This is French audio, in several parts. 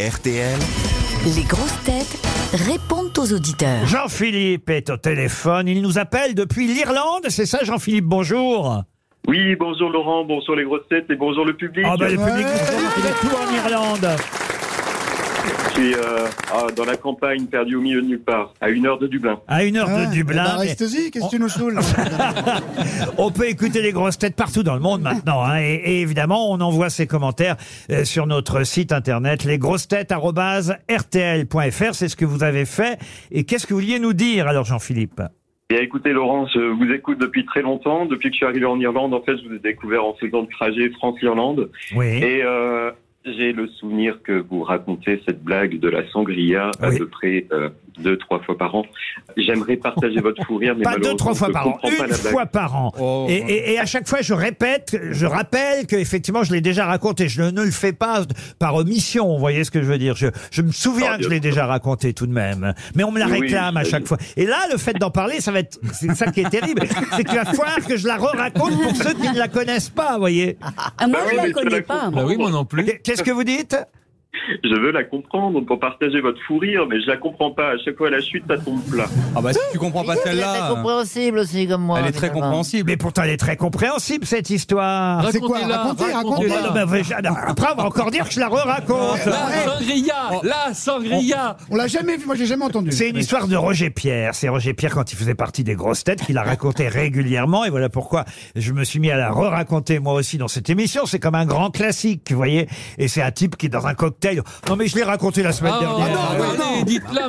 RTL. Les grosses têtes répondent aux auditeurs. Jean-Philippe est au téléphone. Il nous appelle depuis l'Irlande. C'est ça, Jean-Philippe Bonjour. Oui, bonjour Laurent, bonjour les grosses têtes et bonjour le public. Ah ben, le public, il est tout en Irlande. Je suis euh, ah, dans la campagne, perdu au milieu de nulle part, à une heure de Dublin. À une heure Ah, de Dublin. bah mais Reste-y, qu'est-ce que tu nous saoules on peut écouter les grosses têtes partout dans le monde maintenant. hein. Et, et évidemment, on envoie ses commentaires euh, sur notre site internet lesgrossetêtes.rtl.fr. C'est ce que vous avez fait. Et qu'est-ce que vous vouliez nous dire alors, Jean-Philippe Bien écoutez Laurent, je vous écoute depuis très longtemps. Depuis que je suis arrivé en Irlande, en fait, je vous ai découvert en faisant le trajet France-Irlande. Oui. Et euh, j'ai le souvenir que vous racontez cette blague de la sangria à Oui. peu près euh, deux, trois fois par an. J'aimerais partager votre fou rire, mais Pas malheureusement, deux, trois fois je par an. comprends pas Une la blague. fois par an. Et, et- et à chaque fois, je répète, je rappelle que effectivement, je l'ai déjà raconté. Je ne le fais pas par omission. Vous voyez ce que je veux dire Je, je me souviens Oh, que je bien l'ai déjà raconté tout de même, mais on me la Oui, réclame à oui. chaque fois. Et là, le fait d'en parler, ça va être, c'est ça qui est terrible, c'est qu'il va falloir que je la re-raconte pour ceux qui ne la connaissent pas. Vous voyez Ah, moi, Bah je oui, la mais tu connais la pas. comprends. Bah oui, moi non plus. Qu'est-ce que vous dites Je veux la comprendre pour partager votre fou rire, mais je la comprends pas. À chaque fois, à la chute, ça tombe plat. Ah bah si tu comprends pas Elle est celle-là, compréhensible aussi, comme moi. elle est Oh, très évidemment. compréhensible. Mais pourtant, elle est très compréhensible cette histoire. Ah, C'est quoi Racontez-la, Racontez, racontez-la. Non, racontez mais vous- après, on va encore dire que je la re-raconte. La sangria, Oh. la sangria. On l'a jamais vu, moi j'ai jamais entendu. C'est une histoire de Roger Pierre. C'est Roger Pierre quand il faisait partie des grosses têtes qu'il la racontait régulièrement. Et voilà pourquoi je me suis mis à la re-raconter moi aussi dans cette émission. C'est comme un grand classique, vous voyez. Et c'est un type qui est dans un cocktail. Non mais je l'ai raconté la semaine Ah, dernière. non, non, allez, non. dites-la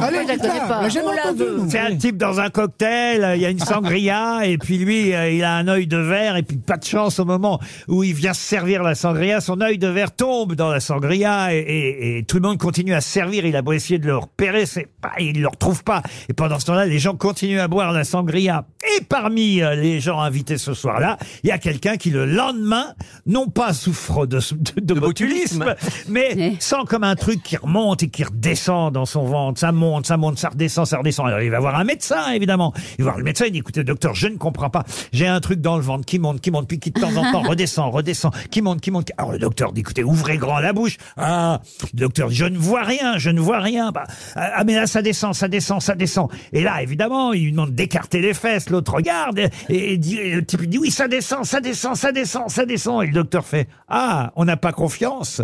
Non. Allez, Moi, je la dites-la, connais pas. on l'a jamais On la entendu. veut. nous. C'est un type dans un cocktail, euh, il y a une sangria, et puis lui, euh, il a un œil de verre, et puis pas de chance au moment où il vient se servir la sangria, son œil de verre tombe dans la sangria, et, et- et tout le monde continue à se servir, il a beau essayer de le repérer, c'est pas, il le retrouve pas. Et pendant ce temps-là, les gens continuent à boire la sangria. Et parmi euh, les gens invités ce soir-là, il y a quelqu'un qui le lendemain, non pas souffre de, de, de botulisme, mais sent comme un truc qui remonte et qui redescend dans son ventre. Ça monte, ça monte, ça redescend, ça redescend. Alors il va voir un médecin, évidemment. Il va voir le médecin, il dit, écoutez, docteur, je ne comprends pas. J'ai un truc dans le ventre qui monte, qui monte, puis qui de temps en temps redescend, redescend, qui monte, qui monte. qui- Alors le docteur dit, écoutez, ouvrez grand la bouche. Ah, le docteur, je ne vois rien, je ne vois rien. Bah, ah, mais là, ça descend, ça descend, ça descend. Et là, évidemment, il lui demande d'écarter les fesses. L'autre regarde et, et dit- et le type il dit, oui, ça descend, ça descend, ça descend, ça descend. Et le docteur fait, ah, on n'a pas confiance.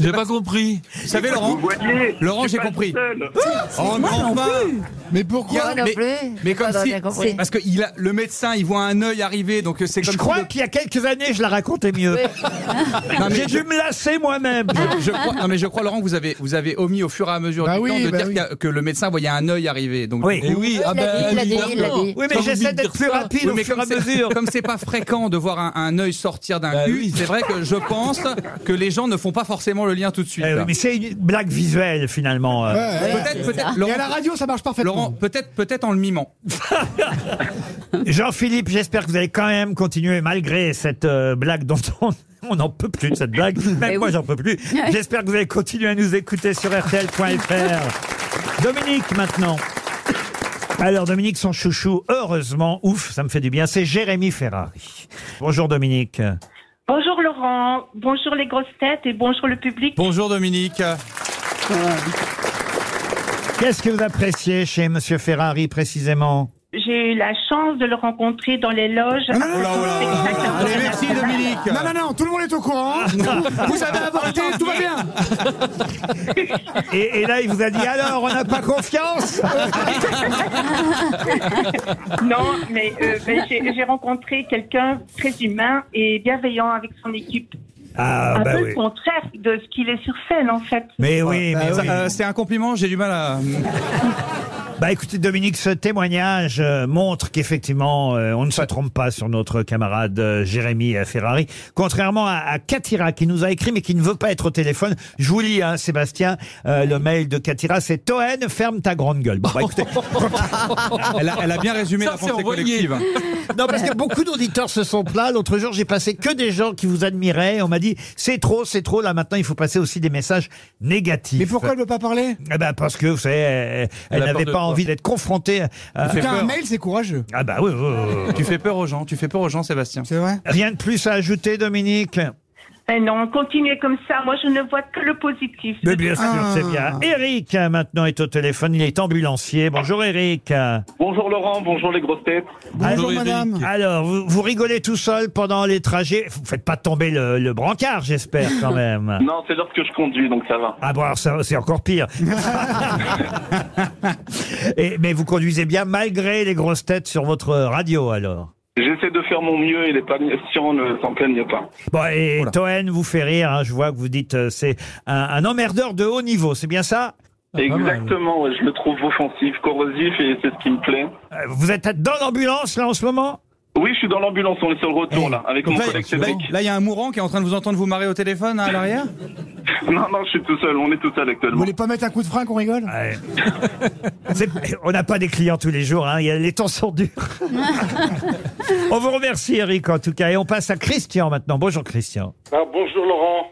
J'ai pas compris. Vous savez, Laurent Vous voyez Laurent, je suis j'ai pas compris. tout seul. Oh non, pas. Mais Il y a- pourquoi Moi non mais- plus. Mais Ah, comme non, si, j'ai compris. parce que il a, le médecin, il voit un œil arriver, donc c'est comme Je si crois le- qu'il y a quelques années, je la racontais mieux. Non, mais J'ai je- dû me lasser moi-même. Je crois, non mais je crois Laurent, vous avez vous avez omis au fur et à mesure Bah du oui, temps de bah dire oui. qu'il y a- que le médecin voyait un œil arriver. Donc Oui. Eh oui, ah Il l'a ben, dit, il l'a dit, il l'a évidemment. dit. Oui, mais j'essaie d'être plus rapide Oui, au mais fur et comme à c'est- mesure. comme c'est pas fréquent de voir un, un œil sortir d'un Bah cul, oui. c'est vrai que je pense que les gens ne font pas forcément le lien tout de suite. Eh oui, mais c'est une blague visuelle, finalement. euh. Ouais, ouais. Peut-être, peut-être, Et à Laurent, la radio, ça marche parfaitement. Laurent, peut-être, peut-être en le mimant. Jean-Philippe, j'espère que vous allez quand même continuer, malgré cette euh, blague dont on... On n'en peut plus de cette blague. Même moi, j'en peux plus. J'espère que vous allez continuer à nous écouter sur RTL.fr. Dominique, maintenant. Alors, Dominique, son chouchou, heureusement, ouf, ça me fait du bien, c'est Jérémy Ferrari. Bonjour, Dominique. Bonjour Laurent, bonjour les grosses têtes et bonjour le public. Bonjour Dominique. Qu'est-ce que vous appréciez chez Monsieur Ferrari, précisément J'ai eu la chance de le rencontrer dans les loges. non, Ah. Oh là, oh là. Allez, merci Dominique. Non, non, non, tout le monde est au courant. Vous avez avorté, tout va bien. Et, et là, il vous a dit alors, on n'a pas confiance. Non, mais, euh, mais j'ai j'ai rencontré quelqu'un très humain et bienveillant avec son équipe. Ah Un bah peu oui. le contraire de ce qu'il est sur scène en fait. Mais oui, mais Ça, oui. euh, c'est un compliment, j'ai du mal à. Bah écoutez Dominique, ce témoignage euh, montre qu'effectivement euh, on ne se trompe pas sur notre camarade euh, Jérémy euh, Ferrari. Contrairement à, à Katira qui nous a écrit mais qui ne veut pas être au téléphone, je vous lis hein, Sébastien euh, le mail de Katira, c'est Toen ferme ta grande gueule. Bon bah écoutez, Elle a, elle a bien résumé Ça, la c'est pensée envoyé. collective. non parce que beaucoup d'auditeurs se sont plaints. L'autre jour j'ai passé que des gens qui vous admiraient. On m'a dit c'est trop, c'est trop. Là maintenant il faut passer aussi des messages négatifs. Mais pourquoi elle veut pas parler Eh ben parce que vous savez, elle, elle a peur n'avait de pas toi. envie d'être confrontée. À... Tu fais Putain, un peur. mail, c'est courageux. Ah bah oui, oui, oui, oui. Tu fais peur aux gens, tu fais peur aux gens, Sébastien. C'est vrai Rien de plus à ajouter, Dominique. Eh non, continuez comme ça. Moi, je ne vois que le positif. Mais bien sûr, Ah. c'est bien. Eric, euh, maintenant, est au téléphone. Il est ambulancier. Bonjour, Eric. Bonjour Laurent, bonjour les grosses têtes. Bonjour, Eric. madame. Alors, vous, vous rigolez tout seul pendant les trajets. Vous faites pas tomber le, le brancard, j'espère, quand même. Non, c'est lorsque je conduis, donc ça va. Ah bon, alors ça, c'est encore pire. Et- mais vous conduisez bien malgré les grosses têtes sur votre radio, alors. J'essaie de faire mon mieux et les patients ne s'en plaignent pas. Bon, et Oula. Toen vous fait rire. hein. Je vois que vous dites euh, c'est un, un emmerdeur de haut niveau. C'est bien ça Ah, Exactement, ouais, je le trouve offensif, corrosif et c'est ce qui me plaît. Euh, Vous êtes dans l'ambulance, là, en ce moment Oui, je suis dans l'ambulance, on est sur le retour Eh, là, avec donc mon là, collègue là- Cédric. Là, il y a un mourant qui est en train de vous entendre vous marrer au téléphone hein, à l'arrière. Non, non, je suis tout seul, on est tout seul Vous actuellement. voulez pas mettre un coup de frein qu'on rigole Ouais. C'est- On n'a pas des clients tous les jours. hein. Il y a- Les temps sont durs. on vous remercie, Eric, en tout cas. Et on passe à Christian maintenant. Bonjour, Christian. Ah, bonjour Laurent.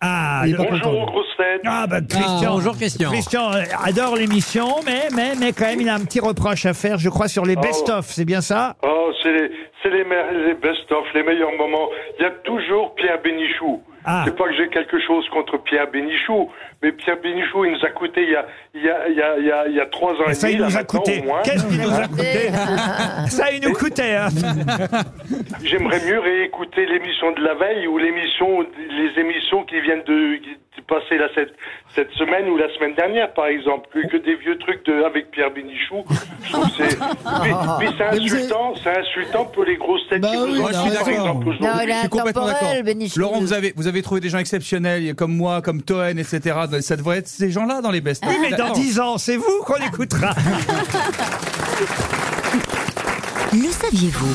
Ah, le- Bonjour aux grosses têtes. Ah bah Christian. bonjour Christian. Christian euh, adore l'émission, mais, mais, mais quand même il a un petit reproche à faire, je crois, sur les best-of, c'est bien ça Oh, c'est les, c'est les, me- les best-of, les meilleurs moments. Il y a toujours Pierre Bénichou. Ah. C'est pas que j'ai quelque chose contre Pierre Bénichou, mais Pierre Bénichou, il nous a coûté il y a, il y a, il y a, il y a, il y a trois ans et, Et ça, demi, il là, nous a maintenant, coûté. au moins. Qu'est-ce qu'il nous a coûté Ça, il nous coûtait. hein. J'aimerais mieux réécouter l'émission de la veille ou l'émission, les émissions qui viennent de, qui- de passer là cette, cette semaine ou la semaine dernière, par exemple, que, que des vieux trucs de, avec Pierre Bénichou. Je trouve que c'est, mais, Mais mais c'est vous avez- insultant, c'est insultant pour les grosses têtes Bah qui oui, vous ont je dit, suis par d'accord. exemple, Non, aujourd'hui. il est Je suis complètement intemporel, d'accord. Benichou. Laurent, vous avez, vous avez trouvé des gens exceptionnels comme moi, comme Toen, etc. Ça devrait être ces gens-là dans les best-of. Oui, mais dans 10 ans, c'est vous qu'on écoutera. Le saviez-vous